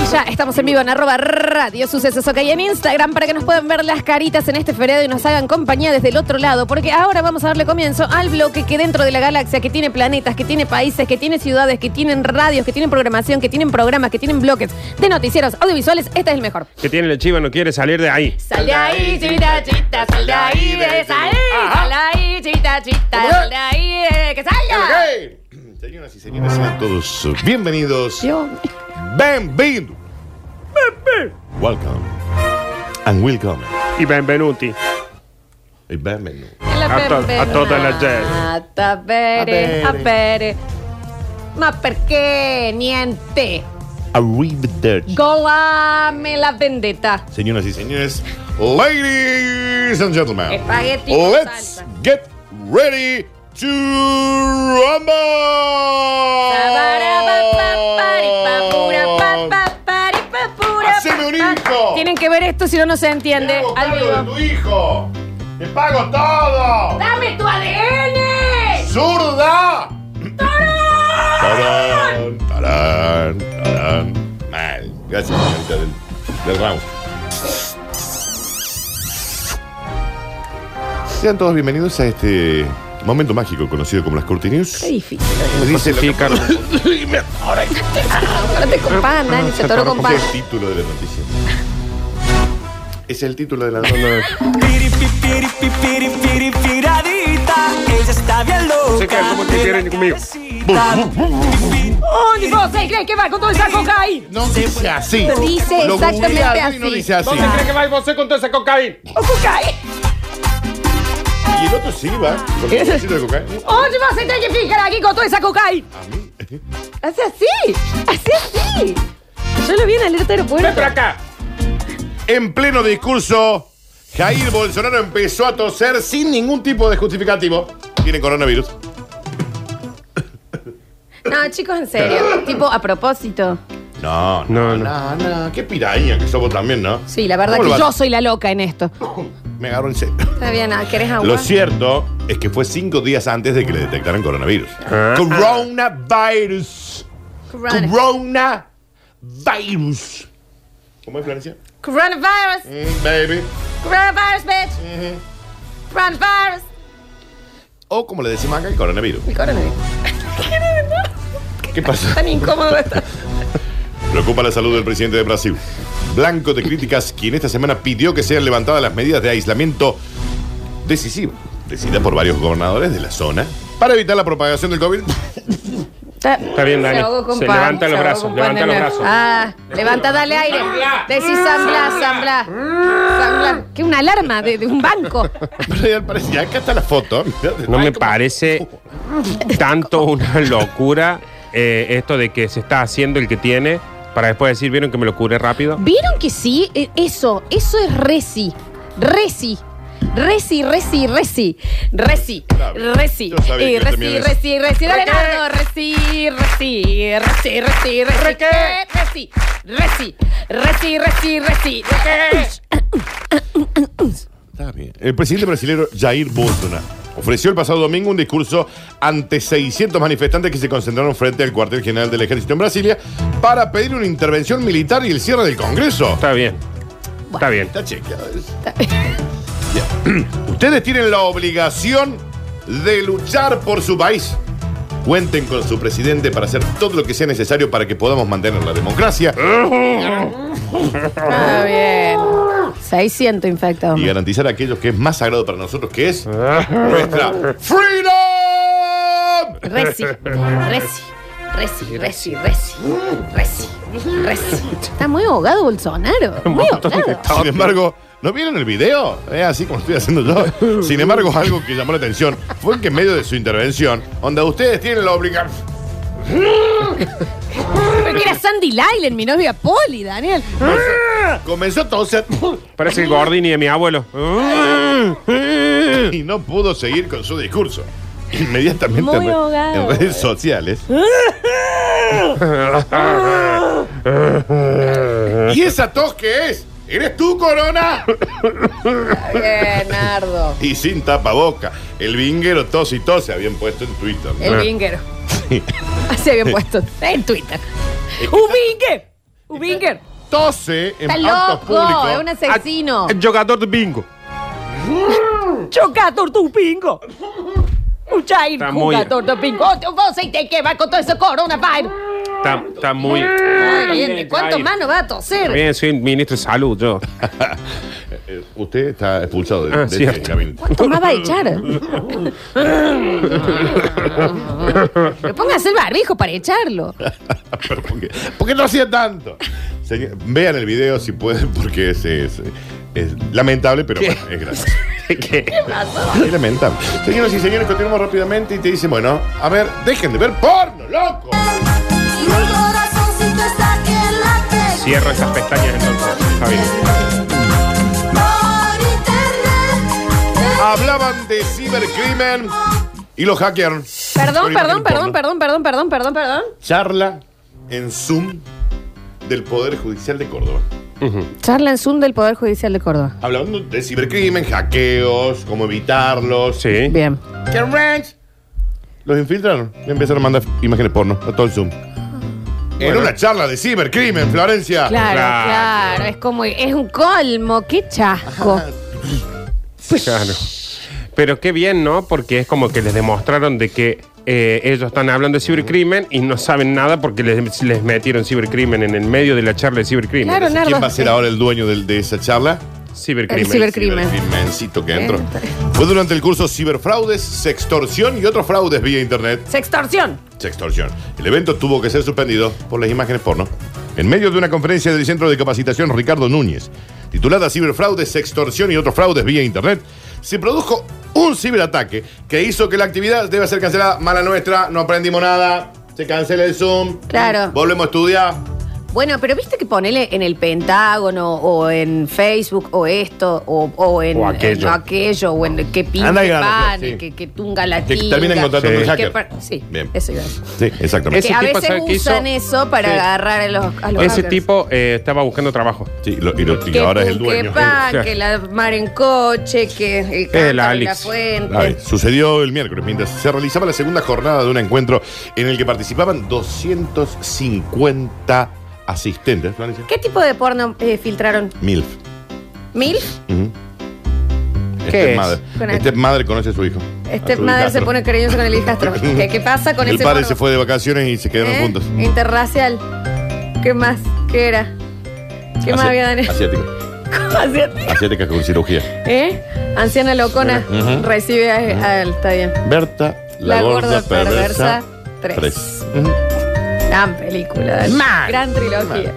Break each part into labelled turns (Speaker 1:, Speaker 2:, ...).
Speaker 1: Y ya estamos en vivo en arroba radio sucesos ok en Instagram para que nos puedan ver las caritas en este feriado y nos hagan compañía desde el otro lado, porque ahora vamos a darle comienzo al bloque que dentro de la galaxia, que tiene planetas, que tiene países, que tiene ciudades, que tienen radios, que tienen programación, que tienen programas, que tienen bloques de noticieros audiovisuales, este es el mejor.
Speaker 2: Que tiene la chiva, no quiere salir de ahí.
Speaker 1: Sal de ahí, chivita, chita, sal de ahí, de- sal, sal de ahí, chivita, chita, sal de ahí, de- que salga.
Speaker 3: Ok. Señoras y señores, sean todos bienvenidos.
Speaker 1: Yo-
Speaker 3: Bienvenido. Welcome. And welcome.
Speaker 2: Y benvenuti.
Speaker 3: Y bienvenido.
Speaker 2: A to- a toda la gente.
Speaker 1: A tapere, a
Speaker 3: A bere.
Speaker 1: pere. Ma perché niente?
Speaker 3: Arrivederci.
Speaker 1: Golame la vendetta.
Speaker 3: Señoras y señores, ladies and gentlemen.
Speaker 1: Espagueti con
Speaker 3: Let's
Speaker 1: salsa.
Speaker 3: get ready to rumble. Haceme un hijo.
Speaker 1: Tienen que ver esto si no, no se entiende.
Speaker 3: Quiero
Speaker 1: Al
Speaker 3: cargo de
Speaker 1: vivo.
Speaker 3: tu hijo. Te pago todo.
Speaker 1: ¡Dame tu ADN!
Speaker 3: ¡Zurda! ¡Tarán! ¡Tarán! ¡Tarán! Mal. Gracias, señorita del, del Ramos. Sean todos bienvenidos a este momento mágico conocido como las cortinas.
Speaker 1: Qué difícil.
Speaker 3: Dice
Speaker 2: Clasifican.
Speaker 1: Ahora con pan, Dani, se atoró con
Speaker 3: Ese
Speaker 1: pan.
Speaker 3: es el título de la noticia. Es el título de la noticia.
Speaker 4: Ella está bien loca.
Speaker 2: Se quedan como que quieren conmigo.
Speaker 1: ¡Oh, ni vos! ¿eh? ¿Crees que va con todo esa coca ahí?
Speaker 3: No dice así.
Speaker 1: pues, Dice
Speaker 3: Lo
Speaker 1: exactamente
Speaker 3: googlealo y No
Speaker 1: así.
Speaker 3: dice así.
Speaker 2: ¿Dónde crees que vais vos con toda esa cocaína?
Speaker 1: ¡O coca ahí!
Speaker 3: Y el otro sí va. Con el bolsito de cocaína.
Speaker 1: ¡Oh, ni vos! ¿eh? ¿Crees que fijar aquí con toda esa coca ahí?
Speaker 3: A mí.
Speaker 1: ¡Hace así! ¡Hace así! Yo lo vi en alerta aeropuerto.
Speaker 2: Ven para acá.
Speaker 3: En pleno discurso, Jair Bolsonaro empezó a toser sin ningún tipo de justificativo. Tiene coronavirus.
Speaker 1: No, chicos, en serio. tipo, a propósito.
Speaker 3: No,
Speaker 2: No,
Speaker 3: no, no, no. Qué piraña que somos también, ¿no?
Speaker 1: Sí, la verdad
Speaker 3: ¿Cómo
Speaker 1: que
Speaker 3: lo
Speaker 1: yo
Speaker 3: vas-
Speaker 1: soy la loca en esto.
Speaker 3: Me agarro en serio.
Speaker 1: Está bien, ah, ¿querés agua?
Speaker 3: Lo cierto es que fue cinco días antes de que le detectaran coronavirus.
Speaker 2: Ah.
Speaker 3: Coronavirus.
Speaker 1: Corona-
Speaker 3: Coronavirus. ¿Cómo es Florencia?
Speaker 1: Coronavirus.
Speaker 3: Mm, baby.
Speaker 1: Coronavirus, bitch. Coronavirus.
Speaker 3: O como le decimos acá, el coronavirus.
Speaker 1: El coronavirus.
Speaker 3: ¿Qué pasa?
Speaker 1: Tan incómodo esto.
Speaker 3: Preocupa la salud del presidente de Brasil. Blanco de críticas, quien esta semana pidió que sean levantadas las medidas de aislamiento decisivo, decididas por varios gobernadores de la zona, para evitar la propagación del COVID.
Speaker 1: Está,
Speaker 2: bien, Dani. Se levanta los brazos, levanta los brazos.
Speaker 1: Ah, levanta, dale aire. Decís zambla, zambla.
Speaker 2: Mm.
Speaker 1: Zambla. Que una alarma de, de un banco.
Speaker 3: Pero al parecer, acá está la foto. Mirá,
Speaker 2: No
Speaker 3: ay,
Speaker 2: me
Speaker 3: cómo-
Speaker 2: parece tanto una locura eh, esto de que se está haciendo el que tiene para después decir, ¿vieron que me lo curé rápido?
Speaker 1: ¿Vieron que sí? Eh, Eso, eso es resi. Resi. Resi, resi, resi. Resi,
Speaker 3: Claro,
Speaker 1: resi.
Speaker 3: yo sabía
Speaker 1: Eh,
Speaker 3: que
Speaker 1: Resi,
Speaker 3: también es.
Speaker 1: resi, resi. Dale,
Speaker 2: ¿Requé?
Speaker 1: Nardo. Resi, resi, resi, resi, resi.
Speaker 2: ¿Requé?
Speaker 1: Resi, resi, resi, resi, resi.
Speaker 3: Está bien. El presidente brasileño Jair Bolsonaro ofreció el pasado domingo un discurso ante 600 manifestantes que se concentraron frente al cuartel general del ejército en Brasilia para pedir una intervención militar y el cierre del Congreso.
Speaker 2: Está bien. Está bien.
Speaker 3: Está chequeado. eso. Bien. Ustedes tienen la obligación de luchar por su país. Cuenten con su presidente para hacer todo lo que sea necesario para que podamos mantener la democracia
Speaker 1: Está bien. 600 infectados.
Speaker 3: y garantizar aquello que es más sagrado para nosotros, que es nuestra freedom.
Speaker 1: Resi, resi, resi, resi, resi, resi, resi. Está muy ahogado Bolsonaro. Muy ahogado.
Speaker 3: Sin embargo, ¿no vieron el video? Es así como estoy haciendo yo. Sin embargo, algo que llamó la atención fue que en medio de su intervención, donde ustedes tienen la obligación...
Speaker 1: Porque era Sandy Lylen, mi novia Polly, Daniel.
Speaker 3: Comenzó a toser
Speaker 2: Parece el Gordini de mi abuelo.
Speaker 3: y no pudo seguir con su discurso. Inmediatamente
Speaker 1: Muy
Speaker 3: en, re-
Speaker 1: ahogado,
Speaker 3: en redes sociales. ¿Y esa tos qué es? ¿Eres tú, Corona?
Speaker 1: Bien, Nardo.
Speaker 3: Y sin tapaboca. El vinguero tos y tos se habían puesto en Twitter. ¿no?
Speaker 1: El vinguero. Así había puesto en Twitter. ¡Un vinguer! ¡Un vinguer!
Speaker 3: Tose en
Speaker 1: ¡Está
Speaker 3: actos
Speaker 1: loco!
Speaker 3: públicos.
Speaker 1: ¡Es un asesino!
Speaker 2: Ah, El jugador de bingo.
Speaker 1: ¡Chocator tu pingo! ¡Un chair
Speaker 2: Está muy-
Speaker 1: jugador de pingo! ¡Oh, ¡Vos y te que va con todo ese coronavirus!
Speaker 2: Está, está muy.
Speaker 1: Ay, gente, ¿Cuánto más nos va a toser?
Speaker 2: Bien, soy ministro de salud, yo.
Speaker 3: Eh, Usted está expulsado de,
Speaker 2: Ah,
Speaker 3: de este
Speaker 2: cierto.
Speaker 3: gabinete.
Speaker 1: ¿Cuánto más va a echar? Pero póngase el barbijo para echarlo.
Speaker 3: Pero, ¿por, qué? ¿Por qué no hacía tanto? Señor, vean el video si pueden, porque es, es- es lamentable, pero bueno, es gracioso.
Speaker 2: ¿Qué?
Speaker 3: Es lamentable. Señoras y señores, continuamos rápidamente y te dicen, bueno, a ver, dejen de ver porno, loco.
Speaker 5: Y mi corazoncito está que late.
Speaker 2: Cierra esas pestañas entonces, Javi.
Speaker 5: Por internet.
Speaker 3: Hablaban de cibercrimen y lo hackearon.
Speaker 1: Perdón,
Speaker 3: Con imagen
Speaker 1: perdón, perdón,
Speaker 3: porno.
Speaker 1: perdón, perdón, perdón, perdón, perdón.
Speaker 3: Charla en Zoom del Poder Judicial de Córdoba.
Speaker 1: Charla en Zoom del Poder Judicial de Córdoba.
Speaker 3: Hablando de cibercrimen, hackeos, cómo evitarlos.
Speaker 2: Sí. Ah,
Speaker 1: Bien.
Speaker 3: ¿Qué ranch? Los infiltraron y empezaron a mandar imágenes porno a todo el Zoom. En una charla de cibercrimen, Florencia.
Speaker 1: Claro,
Speaker 2: Claro.
Speaker 1: claro. Es como, es un colmo, qué chasco.
Speaker 2: Claro. Pero qué bien, ¿no? Porque es como que les demostraron de que eh, ellos están hablando de cibercrimen y no saben nada porque les, les metieron cibercrimen en el medio de la charla de cibercrimen.
Speaker 1: Claro,
Speaker 3: ¿Quién
Speaker 1: Nardo.
Speaker 3: va a ser ahora el dueño del- de esa charla?
Speaker 2: Cibercrimen.
Speaker 1: El Cibercrimen.
Speaker 3: Cibercrimencito que entró.
Speaker 1: Entra.
Speaker 3: Fue durante el curso Ciberfraudes, Sextorsión y otros fraudes vía Internet.
Speaker 1: Sextorsión.
Speaker 3: Sextorsión. El evento tuvo que ser suspendido por las imágenes porno. En medio de una conferencia del Centro de Capacitación Ricardo Núñez, titulada Ciberfraudes, Sextorsión y otros fraudes vía Internet, se produjo un ciberataque que hizo que la actividad deba ser cancelada. Mala nuestra, no aprendimos nada, se cancela el Zoom.
Speaker 1: Claro.
Speaker 3: Volvemos a estudiar.
Speaker 1: Bueno, pero viste que ponele en el Pentágono o en Facebook o esto o, o en
Speaker 2: O aquello.
Speaker 1: en aquello, o en que pinche
Speaker 3: Anda y gana,
Speaker 1: pan,
Speaker 3: sí.
Speaker 1: que, que tunga la
Speaker 3: Que
Speaker 1: tinga.
Speaker 3: terminen contratando
Speaker 1: que
Speaker 3: un hacker.
Speaker 1: par- sí,
Speaker 3: Bien.
Speaker 1: eso iba a decir.
Speaker 3: Sí, exactamente.
Speaker 1: Que
Speaker 2: Ese
Speaker 1: a
Speaker 2: tipo,
Speaker 1: veces
Speaker 2: ¿sabe qué hizo?
Speaker 1: usan eso para
Speaker 3: Sí.
Speaker 1: agarrar a los, a los
Speaker 2: Ese
Speaker 1: hackers.
Speaker 2: tipo eh, estaba buscando trabajo.
Speaker 3: Sí, lo- y, lo- y
Speaker 1: Que
Speaker 3: ahora es el
Speaker 1: pun, Que
Speaker 3: dueño.
Speaker 1: pan,
Speaker 2: Claro.
Speaker 1: que la mar en coche, que el cántaro y la
Speaker 2: Alex.
Speaker 1: fuente.
Speaker 3: A ver, sucedió el miércoles, mientras se realizaba la segunda jornada de un encuentro en el que participaban 250 asistentes. Florencia.
Speaker 1: ¿Qué tipo de porno eh, filtraron?
Speaker 3: MILF.
Speaker 1: ¿Mil?
Speaker 3: Este
Speaker 2: ¿Qué es?
Speaker 3: madre.
Speaker 1: Con
Speaker 3: Este madre conoce a su hijo.
Speaker 1: Este
Speaker 3: A su
Speaker 1: madre se
Speaker 3: hijastro.
Speaker 1: pone cariñoso con el hijastro. ¿Qué, qué pasa con
Speaker 3: El
Speaker 1: ese
Speaker 3: padre
Speaker 1: porno?
Speaker 3: se fue de vacaciones y se quedaron
Speaker 1: ¿Eh?
Speaker 3: juntos.
Speaker 1: Interracial. ¿Qué más? ¿Qué era? ¿Qué más
Speaker 3: Asi-
Speaker 1: había, Daniel?
Speaker 3: Asiática.
Speaker 1: Asiática.
Speaker 3: Asiática con cirugía.
Speaker 1: ¿Eh? Anciana Locona
Speaker 3: Ujú.
Speaker 1: recibe a, a él, está bien.
Speaker 3: Berta, la, gorda, perversa.
Speaker 1: tres.
Speaker 3: tres. Ujú.
Speaker 1: Gran película, Daniel. Gran trilogía.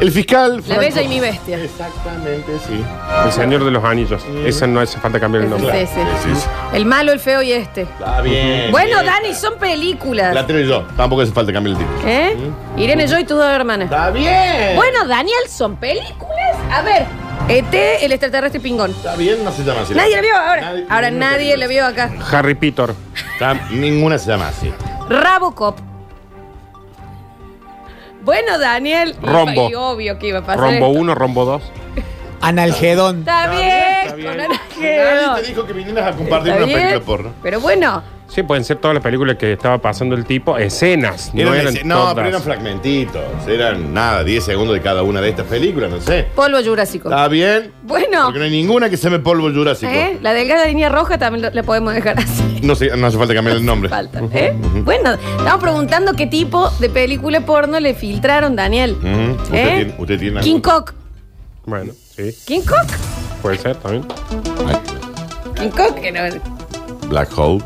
Speaker 3: El fiscal.
Speaker 1: La
Speaker 3: Franco-
Speaker 1: Bella y mi Bestia.
Speaker 3: Exactamente, sí.
Speaker 2: El señor de los anillos. Esa no hace falta cambiar el nombre.
Speaker 1: Sí, sí.
Speaker 3: Sí, sí.
Speaker 1: El malo, el feo y este.
Speaker 3: Está bien.
Speaker 1: Bueno, Dani, son películas.
Speaker 3: La tengo yo. Tampoco hace falta cambiar el título.
Speaker 1: ¿Eh? Irene, yo y tus dos hermanas.
Speaker 3: Está bien.
Speaker 1: Bueno, Daniel, son películas. A ver, ET, el extraterrestre pingón.
Speaker 3: Está bien, no se llama así.
Speaker 1: Nadie lo vio ahora. ahora
Speaker 3: ninguna
Speaker 1: nadie
Speaker 3: película.
Speaker 1: lo vio acá.
Speaker 2: Harry Peter.
Speaker 3: Está- ninguna se llama así.
Speaker 1: Rabocop. Bueno, Daniel. iba-
Speaker 2: Rombo.
Speaker 1: y obvio que iba a pasar.
Speaker 2: Rombo
Speaker 1: esto.
Speaker 2: 1, Rombo 2.
Speaker 6: Analgedón.
Speaker 1: Está
Speaker 3: Está
Speaker 1: bien.
Speaker 3: bien,
Speaker 1: con
Speaker 3: está bien.
Speaker 1: Anajedón.
Speaker 3: Nadie te dijo que vinieras a compartir
Speaker 1: Eh, Está
Speaker 3: una
Speaker 1: bien,
Speaker 3: película porno.
Speaker 1: Pero bueno,
Speaker 2: Sí, pueden ser todas las películas que estaba pasando el tipo. Escenas.
Speaker 3: Eran
Speaker 2: no eran
Speaker 3: ese- no, pero eran
Speaker 2: todas.
Speaker 3: fragmentitos. Eran nada, 10 segundos de cada una de estas películas, no sé.
Speaker 1: polvo jurásico.
Speaker 3: Está bien.
Speaker 1: Bueno,
Speaker 3: Porque no hay ninguna que se me polvo jurásico.
Speaker 1: ¿eh? la delgada línea roja también lo- la podemos dejar así.
Speaker 3: No, sé, no hace falta cambiar el nombre.
Speaker 1: Falta, ¿eh? Bueno, estamos preguntando qué tipo de película porno le filtraron, Daniel.
Speaker 3: Ujú. Usted
Speaker 1: ¿Eh?
Speaker 3: tiene- usted tiene
Speaker 1: King
Speaker 3: alguna.
Speaker 1: Cock.
Speaker 2: Bueno, sí.
Speaker 1: King Cock.
Speaker 2: Puede ser también.
Speaker 1: King Cock. que no-
Speaker 3: Black Hole.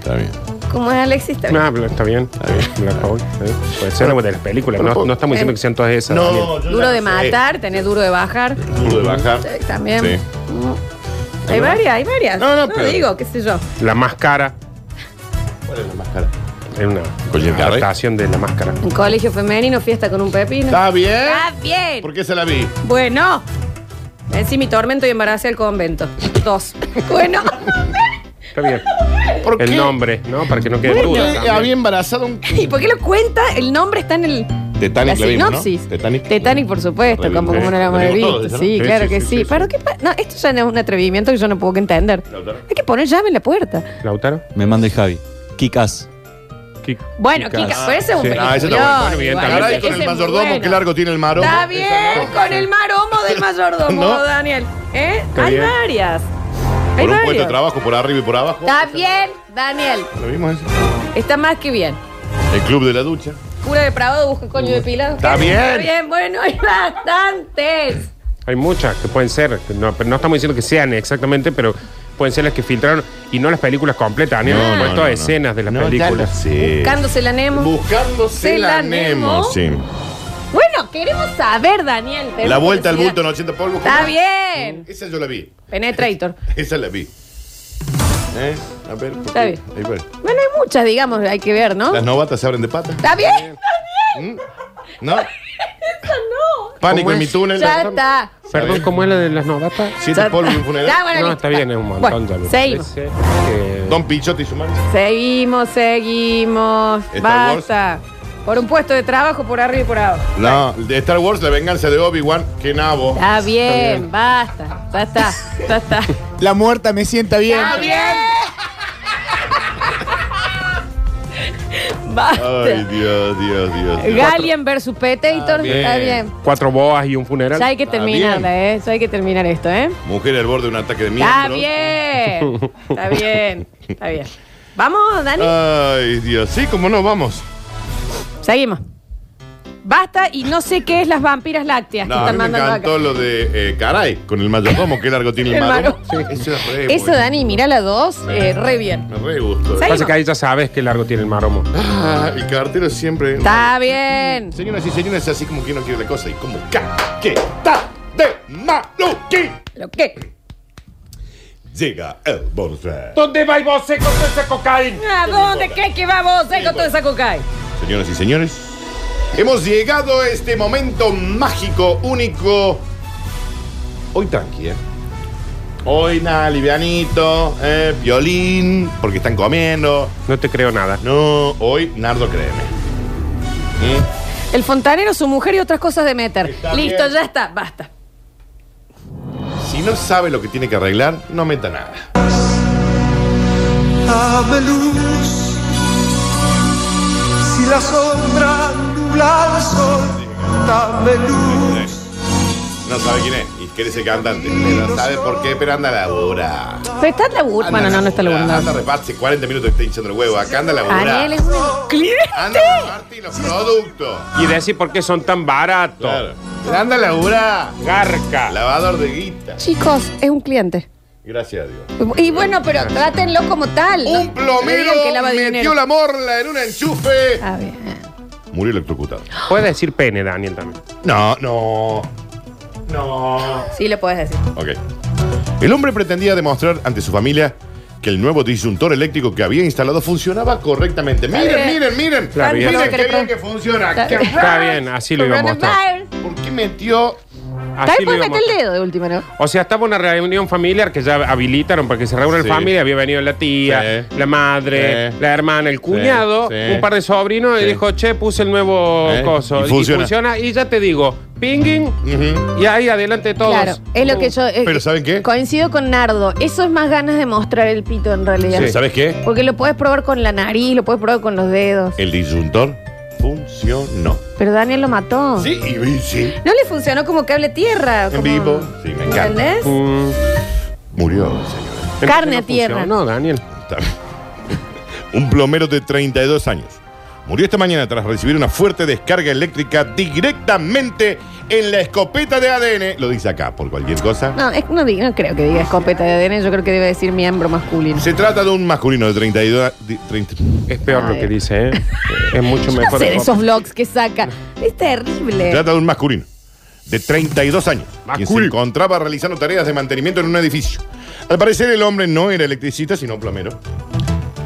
Speaker 3: Está bien.
Speaker 1: ¿Cómo es Alexis? también.
Speaker 2: No, pero está bien. Está bien. Black Hole, sí. Puede ser algo de las películas. No, no estamos
Speaker 3: eh,
Speaker 2: diciendo que sean todas esas. Daniel.
Speaker 3: yo
Speaker 1: Duro
Speaker 3: ya
Speaker 1: de
Speaker 3: no sé.
Speaker 1: matar, tenés duro de bajar.
Speaker 3: Duro de bajar.
Speaker 1: Sí, También. Mm.
Speaker 3: Sí.
Speaker 1: Hay Hay varias, hay varias.
Speaker 3: No,
Speaker 1: No,
Speaker 3: no,
Speaker 1: no,
Speaker 3: pero-
Speaker 1: digo, qué sé yo.
Speaker 2: La más cara.
Speaker 3: ¿Cuál es la más cara?
Speaker 2: Era una
Speaker 3: Colin Carrey.
Speaker 2: adaptación de la máscara.
Speaker 1: Un colegio femenino, fiesta con un pepino.
Speaker 3: ¿Está bien?
Speaker 1: Está bien.
Speaker 3: ¿Por qué se la vi?
Speaker 1: Bueno. Vencí mi tormento y embaracé al convento. Dos. Bueno.
Speaker 2: Está bien.
Speaker 3: ¿Por
Speaker 2: El
Speaker 3: qué?
Speaker 2: nombre, ¿no? Para que no quede
Speaker 3: ¿Por
Speaker 2: duda.
Speaker 1: eh,
Speaker 3: qué
Speaker 2: también.
Speaker 3: había embarazado un...
Speaker 1: ¿Y por qué lo cuenta? El nombre está en el.
Speaker 3: Titanic
Speaker 1: la
Speaker 3: la vimos, ¿no?
Speaker 1: sinopsis.
Speaker 3: Titanic.
Speaker 1: por supuesto,
Speaker 3: La
Speaker 1: como,
Speaker 3: vimos,
Speaker 1: como no
Speaker 3: eh,
Speaker 1: la hemos
Speaker 3: la vimos
Speaker 1: visto.
Speaker 3: todos, ¿no?
Speaker 1: sí,
Speaker 3: Sí,
Speaker 1: claro
Speaker 3: sí,
Speaker 1: que sí.
Speaker 3: sí, sí,
Speaker 1: Pero
Speaker 3: sí.
Speaker 1: ¿qué pa- No, esto ya no es un atrevimiento que yo no puedo entender.
Speaker 3: Lautaro.
Speaker 1: Hay que poner llave en la puerta.
Speaker 2: ¿Lautaro?
Speaker 7: Me manda el Javi. Kikas.
Speaker 2: Kik-
Speaker 1: Bueno,
Speaker 2: Kikas.
Speaker 1: Kika, pero ese es un
Speaker 2: Sí.
Speaker 3: Ah, ese está
Speaker 1: peliculón,
Speaker 3: bueno.
Speaker 2: bien,
Speaker 1: igual,
Speaker 2: también.
Speaker 3: Caray,
Speaker 1: ese-
Speaker 3: con
Speaker 1: ese
Speaker 3: el
Speaker 1: es muy
Speaker 3: mayordomo,
Speaker 1: bueno.
Speaker 3: qué largo tiene el maro.
Speaker 1: Está bien, con el maromo del mayordomo,
Speaker 3: ¿No?
Speaker 1: Daniel. ¿Eh?
Speaker 2: Está
Speaker 1: Hay
Speaker 2: bien.
Speaker 1: varias. Hay
Speaker 3: Por un puesto de
Speaker 1: varias.
Speaker 3: trabajo, por arriba y por abajo.
Speaker 1: Está bien, Daniel.
Speaker 3: ¿Lo vimos eso?
Speaker 1: Está más que bien.
Speaker 3: El club de la ducha.
Speaker 1: Cura depravado busca coño depilado.
Speaker 3: Está bien.
Speaker 1: Está bien, bueno, hay bastantes.
Speaker 2: Hay muchas que pueden ser. que No, pero no estamos diciendo que sean exactamente, pero pueden ser las que filtraron y no las películas completas. Han
Speaker 3: No, no,
Speaker 2: puesto
Speaker 3: no, no.
Speaker 2: escenas de las
Speaker 3: No, ya
Speaker 2: películas.
Speaker 3: lo sé.
Speaker 1: Buscándose la Nemo.
Speaker 3: Buscándose la Nemo. Sí.
Speaker 1: Bueno, queremos saber, Daniel. tenemos
Speaker 3: La vuelta al
Speaker 1: curiosidad.
Speaker 3: bulto en 80 polvos.
Speaker 1: Está bien.
Speaker 3: Esa yo la vi.
Speaker 1: Penetrator.
Speaker 3: Esa la vi. ¿Eh? A ver. ¿por
Speaker 1: Está
Speaker 3: qué?
Speaker 1: bien.
Speaker 3: Ahí va.
Speaker 1: Bueno, hay muchas, digamos, hay que ver, ¿no?
Speaker 3: Las ¿Mm? novatas se abren de pata.
Speaker 1: Está bien.
Speaker 3: ¿No?
Speaker 1: No.
Speaker 3: Pánico
Speaker 2: ¿Cómo
Speaker 3: en mi
Speaker 2: es?
Speaker 3: túnel.
Speaker 1: Ya está.
Speaker 2: Perdón, ¿cómo es la de las novatas?
Speaker 3: Siete polvos y un
Speaker 1: Ya,
Speaker 3: funeral.
Speaker 1: bueno,
Speaker 2: No,
Speaker 1: listo.
Speaker 2: está bien, es un montón.
Speaker 1: Bueno,
Speaker 2: ya me
Speaker 1: seguimos.
Speaker 2: parece que-
Speaker 3: Don Pichote y su madre.
Speaker 1: Seguimos, seguimos.
Speaker 3: Star
Speaker 1: Basta. Por un puesto de trabajo por arriba y por abajo.
Speaker 3: No, de Star Wars, la venganza de Obi-Wan. Qué nabo.
Speaker 1: Está bien, basta. Ya está, ya está.
Speaker 6: La muerta me sienta bien.
Speaker 1: Está bien. basta.
Speaker 3: Ay, Dios, Dios, Dios. Dios.
Speaker 1: Galien versus
Speaker 3: Ah,
Speaker 1: Petator. Está bien.
Speaker 2: Cuatro boas y un funeral.
Speaker 1: Ya hay que
Speaker 3: Está
Speaker 1: terminarla, ¿eh? Ya hay que terminar esto, ¿eh?
Speaker 3: Mujer al borde de un ataque de miembros.
Speaker 1: Está bien. Está bien. Está bien. Vamos, Dani.
Speaker 3: Ay, Dios. Sí, cómo no, vamos. Ah.
Speaker 1: Seguimos. Basta y no sé qué es las vampiras lácteas
Speaker 3: No,
Speaker 1: que
Speaker 3: a
Speaker 1: están
Speaker 3: mí me
Speaker 1: mandando
Speaker 3: encantó
Speaker 1: acá.
Speaker 3: lo de eh, caray, con el mayordomo, qué largo tiene el
Speaker 1: El
Speaker 3: mayordomo.
Speaker 1: mayordomo.
Speaker 3: Sí, eso es re
Speaker 1: Eso,
Speaker 3: bueno.
Speaker 1: Dani, mira la dos, eh, re bien.
Speaker 3: Me re gustó.
Speaker 1: Sí.
Speaker 2: Pasa que ahí ya sabes qué largo tiene el maromo.
Speaker 3: Ah, el cartero siempre.
Speaker 1: Está bien.
Speaker 3: Señoras y señores, así como quien no quiere la cosa y como ca que está de maluquín.
Speaker 1: ¿Lo qué?
Speaker 3: Llega el bonus track.
Speaker 2: ¿Dónde va vos con esa cocaína?
Speaker 1: ¿A dónde crees que vamos eh, con toda esa cocaína?
Speaker 3: Señoras y señores, hemos llegado a este momento mágico, único. Hoy tranqui, ¿eh? Hoy nada, livianito, eh, violín, porque están comiendo.
Speaker 2: No te creo nada.
Speaker 3: No, hoy Nardo créeme. ¿Mm?
Speaker 1: El fontanero, su mujer y otras cosas de meter.
Speaker 3: Está
Speaker 1: Listo,
Speaker 3: bien.
Speaker 1: ya está, basta.
Speaker 3: Si no sabe lo que tiene que arreglar, no meta nada.
Speaker 4: Dame luz. Si la sombra nubla el sol, dame luz.
Speaker 3: No sabe quién es y quiere ser cantante. Pero sabe por qué, pero anda a laburar.
Speaker 1: Pero está en la burla.
Speaker 3: Ah,
Speaker 1: Bueno, no, no está en la
Speaker 3: laburar.
Speaker 1: burla.
Speaker 3: Anda, reparte 40 minutos que está hinchando el huevo. Acá anda a
Speaker 1: Daniel es
Speaker 3: laburar.
Speaker 1: un cliente.
Speaker 3: Anda a reparte y los productos.
Speaker 2: Y decir por qué son tan baratos.
Speaker 3: Claro. Pero anda a laburar.
Speaker 2: Garca.
Speaker 3: Lavador de guita.
Speaker 1: Chicos, es un cliente.
Speaker 3: Gracias a Dios.
Speaker 1: Y bueno, pero trátenlo como tal. ¿no?
Speaker 3: Un
Speaker 1: No
Speaker 3: plomero
Speaker 1: digan que lava
Speaker 3: metió
Speaker 1: dinero.
Speaker 3: la morla en un enchufe.
Speaker 1: Está bien.
Speaker 3: Murió electrocutado.
Speaker 2: Puedes decir pene, Daniel, también.
Speaker 3: No, no. No.
Speaker 1: Sí, lo puedes decir.
Speaker 3: Ok. El hombre pretendía demostrar ante su familia que el nuevo disyuntor eléctrico que había instalado funcionaba correctamente. Miren,
Speaker 1: bien.
Speaker 3: miren, miren.
Speaker 2: Claro, bien.
Speaker 3: Miren
Speaker 1: Está
Speaker 3: qué
Speaker 1: bien.
Speaker 3: bien que funciona.
Speaker 1: Está
Speaker 3: Qué
Speaker 1: bien.
Speaker 2: Está bien, así lo iba a mostrar.
Speaker 1: Coronavirus.
Speaker 3: ¿Por qué metió?
Speaker 1: Tal
Speaker 2: Así lo
Speaker 1: puedes
Speaker 2: iba a
Speaker 1: meter el
Speaker 2: mostrar.
Speaker 1: dedo de última, ¿no?
Speaker 2: O sea, estaba una reunión familiar que ya habilitaron para que se reúna
Speaker 3: Sí.
Speaker 2: la familia. Había venido la tía,
Speaker 3: Sí.
Speaker 2: la madre,
Speaker 3: Sí.
Speaker 2: la hermana, el cuñado,
Speaker 3: Sí.
Speaker 2: un par de sobrinos.
Speaker 3: Sí.
Speaker 2: Y dijo, che, puse el nuevo
Speaker 3: Sí.
Speaker 2: coso.
Speaker 3: Y
Speaker 2: Y
Speaker 3: funciona.
Speaker 2: funciona. Y ya te digo, pinging.
Speaker 3: Ujú.
Speaker 2: Y ahí adelante todos. Mm.
Speaker 1: Claro, es lo que yo. eh,
Speaker 3: Pero ¿saben qué?
Speaker 1: Coincido con Nardo. Eso es más ganas de mostrar el pito en realidad.
Speaker 2: Sí.
Speaker 3: ¿Sabes qué?
Speaker 1: Porque lo puedes probar con la nariz, lo puedes probar con los dedos.
Speaker 3: El disyuntor funcionó.
Speaker 1: Pero Daniel lo
Speaker 2: Oh.
Speaker 1: mató.
Speaker 3: Sí, y- y sí.
Speaker 1: No le funcionó como cable tierra.
Speaker 3: En
Speaker 1: como-
Speaker 3: vivo. Sí, me encanta.
Speaker 1: ¿Entendés?
Speaker 2: Mm.
Speaker 3: Murió, señora.
Speaker 1: Carne
Speaker 2: No
Speaker 1: a tierra.
Speaker 2: funcionó, Daniel.
Speaker 3: Está bien. Un plomero de 32 años murió esta mañana tras recibir una fuerte descarga eléctrica directamente en la escopeta de ADN. Lo dice acá, por cualquier cosa.
Speaker 1: No, es- no, di- no creo que diga escopeta de ADN, yo creo que debe decir miembro masculino.
Speaker 3: Se trata de un masculino de 32... de 30
Speaker 2: Es peor
Speaker 1: Ay.
Speaker 2: lo que dice, ¿eh? Es mucho
Speaker 1: Yo
Speaker 2: mejor.
Speaker 1: no sé de esos vlogs que saca. Es terrible.
Speaker 3: se trata de un masculino de 32 años, quien se
Speaker 2: Masculino.
Speaker 3: encontraba realizando tareas de mantenimiento en un edificio. Al parecer el hombre no era electricista, sino plomero.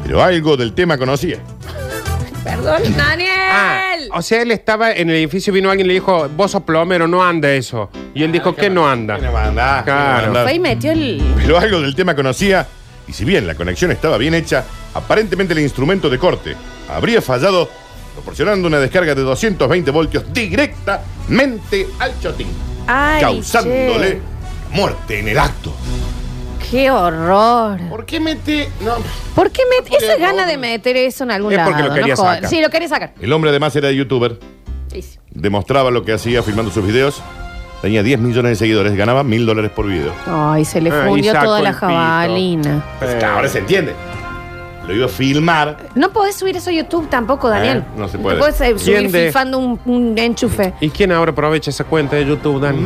Speaker 3: Pero algo del tema conocía.
Speaker 1: Perdón,
Speaker 2: Ah,
Speaker 1: Daniel.
Speaker 2: o sea, él estaba en el edificio, vino alguien y le dijo, vos sos plomero, no anda eso. Y él dijo, Ah, ¿qué no anda?
Speaker 3: ¿Qué no anda?
Speaker 2: Claro.
Speaker 3: ¿Qué no anda?
Speaker 1: Fue y metió el.
Speaker 3: Pero algo del tema conocía, y si bien la conexión estaba bien hecha, aparentemente el instrumento de corte habría fallado, proporcionando una descarga de 220 voltios directamente al chotín,
Speaker 1: Ay,
Speaker 3: causándole muerte en el acto.
Speaker 1: che, Qué horror.
Speaker 3: ¿Por qué mete.? No.
Speaker 1: ¿Por qué met...
Speaker 3: Porque
Speaker 1: esa
Speaker 3: no-
Speaker 1: gana de meter eso en algún
Speaker 2: Es
Speaker 1: lado?
Speaker 2: porque lo
Speaker 1: no
Speaker 2: quería
Speaker 1: jodas.
Speaker 2: sacar.
Speaker 1: Sí, lo quería sacar.
Speaker 3: El hombre además era youtuber,
Speaker 1: Sí, sí.
Speaker 3: demostraba lo que hacía filmando sus videos, tenía 10 millones de seguidores, ganaba mil dólares por video.
Speaker 1: Ay, se le
Speaker 2: Ah, y
Speaker 1: fundió
Speaker 2: sacó
Speaker 1: toda
Speaker 2: el
Speaker 1: la
Speaker 2: pito.
Speaker 1: jabalina.
Speaker 3: Pues, ahora se entiende. Lo iba a filmar.
Speaker 1: No podés subir eso a YouTube tampoco, Daniel.
Speaker 3: Eh, no se puede.
Speaker 1: No podés eh, subir
Speaker 2: ¿Quién de-
Speaker 1: fifando un, un enchufe.
Speaker 2: ¿Y quién ahora aprovecha esa cuenta de YouTube, Dani?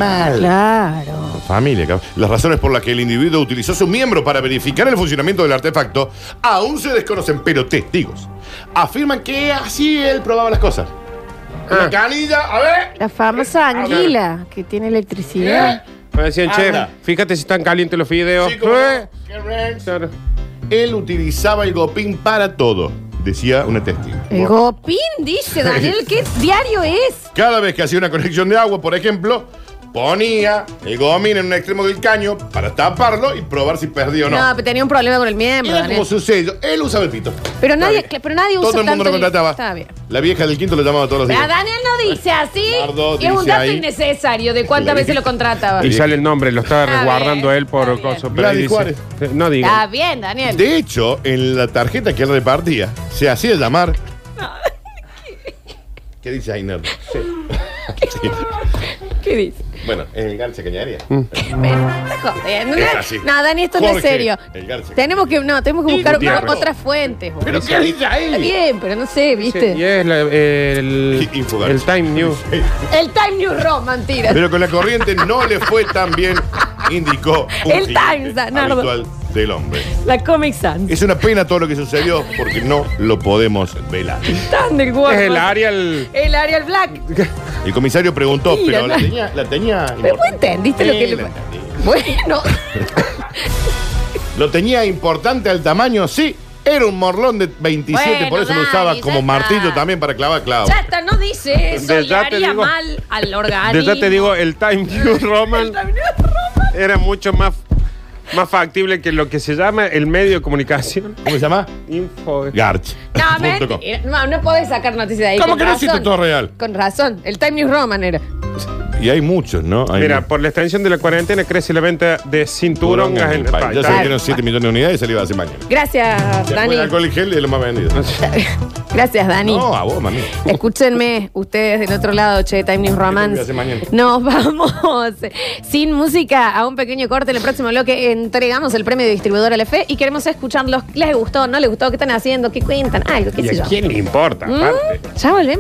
Speaker 1: Claro.
Speaker 3: Familia, cabrón. Las razones por las que el individuo utilizó su miembro para verificar el funcionamiento del artefacto aún se desconocen, pero testigos afirman que así él probaba las cosas. Una canilla, a ver.
Speaker 1: La famosa anguila que tiene electricidad.
Speaker 2: Me decían, che,
Speaker 3: Anda.
Speaker 2: fíjate si están calientes los fideos.
Speaker 3: Sí, como-
Speaker 2: Eh,
Speaker 3: Qué ren.
Speaker 2: claro.
Speaker 3: Él utilizaba el gopín para todo, decía una testigo.
Speaker 1: El Gopín dice, Daniel, ¿qué diario es?
Speaker 3: Cada vez que hacía una conexión de agua, por ejemplo, ponía el gomín en un extremo del caño para taparlo y probar si perdía o
Speaker 1: No,
Speaker 3: no.
Speaker 1: pero tenía un problema con el miembro,
Speaker 3: Era como
Speaker 1: Daniel.
Speaker 3: su sello. Él usaba el pito.
Speaker 1: Pero nadie,
Speaker 3: Está bien.
Speaker 1: pero nadie usa
Speaker 3: Todo el
Speaker 1: tanto
Speaker 3: mundo lo contrataba.
Speaker 1: Está bien.
Speaker 3: La vieja del quinto lo llamaba todos los
Speaker 1: Pero
Speaker 3: días.
Speaker 1: Ah, Daniel no dice así.
Speaker 3: Nardo
Speaker 1: y es un
Speaker 3: dice
Speaker 1: dato
Speaker 3: ahí.
Speaker 1: innecesario de cuántas veces lo contrataba.
Speaker 2: Y sale el nombre, lo estaba
Speaker 1: Está
Speaker 2: resguardando
Speaker 1: bien,
Speaker 2: él por
Speaker 1: está bien.
Speaker 2: cosas.
Speaker 3: Gladys Juárez.
Speaker 2: eh,
Speaker 3: Ah,
Speaker 2: No digo.
Speaker 1: Está bien, Daniel.
Speaker 3: De hecho, en la tarjeta que él repartía, se hacía llamar. ¿Qué dice ahí, Nardo? Sí.
Speaker 1: ¿Qué dice?
Speaker 3: Bueno, es el García Cañaria.
Speaker 2: Mm.
Speaker 1: Me está jodiendo.
Speaker 3: Es así.
Speaker 1: No, Dani, esto no es
Speaker 3: Jorge,
Speaker 1: serio.
Speaker 3: el Garza.
Speaker 1: Tenemos que, no, tenemos que
Speaker 3: Sí,
Speaker 1: buscar
Speaker 3: Gutiérrez.
Speaker 1: otras fuentes. boludo.
Speaker 3: ¿Pero qué dice
Speaker 1: Está
Speaker 3: ahí?
Speaker 1: bien, pero no sé,
Speaker 2: Sí,
Speaker 1: ¿viste?
Speaker 2: y es la- el,
Speaker 3: Info Garza.
Speaker 2: el Time News.
Speaker 1: El Time New Roman, tira.
Speaker 3: Pero con la corriente no le fue tan bien, indicó un
Speaker 1: El
Speaker 3: cliente
Speaker 1: Times, Nardo.
Speaker 3: habitual del hombre.
Speaker 1: La Comic Sans.
Speaker 3: Es una pena todo lo que sucedió porque no lo podemos velar.
Speaker 1: Tan del
Speaker 2: Es el
Speaker 1: área
Speaker 2: Ariel.
Speaker 1: El Ariel Black.
Speaker 3: El comisario preguntó,
Speaker 1: Mira,
Speaker 3: pero la
Speaker 1: no.
Speaker 3: tenía, la tenía
Speaker 1: Pero vos
Speaker 3: importante.
Speaker 1: entendiste
Speaker 3: Sí,
Speaker 1: lo que le.
Speaker 3: la entendí.
Speaker 1: Bueno.
Speaker 3: Lo tenía importante al tamaño, sí. Era un morlón de 27,
Speaker 1: Bueno,
Speaker 3: por eso lo
Speaker 1: Dani,
Speaker 3: usaba
Speaker 1: ya
Speaker 3: como
Speaker 1: está.
Speaker 3: martillo también para clavar clavos.
Speaker 1: Chata, no dice eso.
Speaker 2: De
Speaker 1: Y
Speaker 2: ya te
Speaker 1: haría
Speaker 2: digo-
Speaker 1: mal al organismo.
Speaker 2: De ya te digo, el Time New Roman era mucho más, más factible que lo que se llama el medio de comunicación.
Speaker 3: ¿Cómo se llama?
Speaker 2: Info.
Speaker 3: Garch.
Speaker 1: No,
Speaker 3: Punto com.
Speaker 1: mentira. no, no podés sacar noticias de ahí.
Speaker 3: ¿Cómo
Speaker 1: con
Speaker 3: que no
Speaker 1: razón.
Speaker 3: hiciste todo real?
Speaker 1: Con razón. El Time News Roman era.
Speaker 3: Y hay muchos, ¿no? Hay
Speaker 2: Mira,
Speaker 3: muchos.
Speaker 2: por la extensión de la cuarentena crece la venta de cinturongas en el país.
Speaker 3: Ya se
Speaker 1: Claro.
Speaker 3: vendieron 7 millones de unidades y se le iba a hacer mañana.
Speaker 1: Gracias,
Speaker 3: Después
Speaker 1: Dani.
Speaker 3: el alcohol y gel es lo más vendido.
Speaker 1: Gracias, Dani.
Speaker 3: No, a vos, mami.
Speaker 1: Escúchenme, ustedes del otro lado, che, Time News
Speaker 3: voy a
Speaker 1: Romance.
Speaker 3: hacer mañana?
Speaker 1: Nos vamos sin música a un pequeño corte. En el próximo bloque entregamos el premio de distribuidor LF y queremos escucharlos. ¿Les gustó? ¿No les gustó? ¿Qué están haciendo? ¿Qué cuentan? Algo, qué
Speaker 2: ¿Y
Speaker 1: sé yo.
Speaker 2: a quién le importa?
Speaker 1: Mm,
Speaker 2: Aparte.
Speaker 1: Ya volvemos.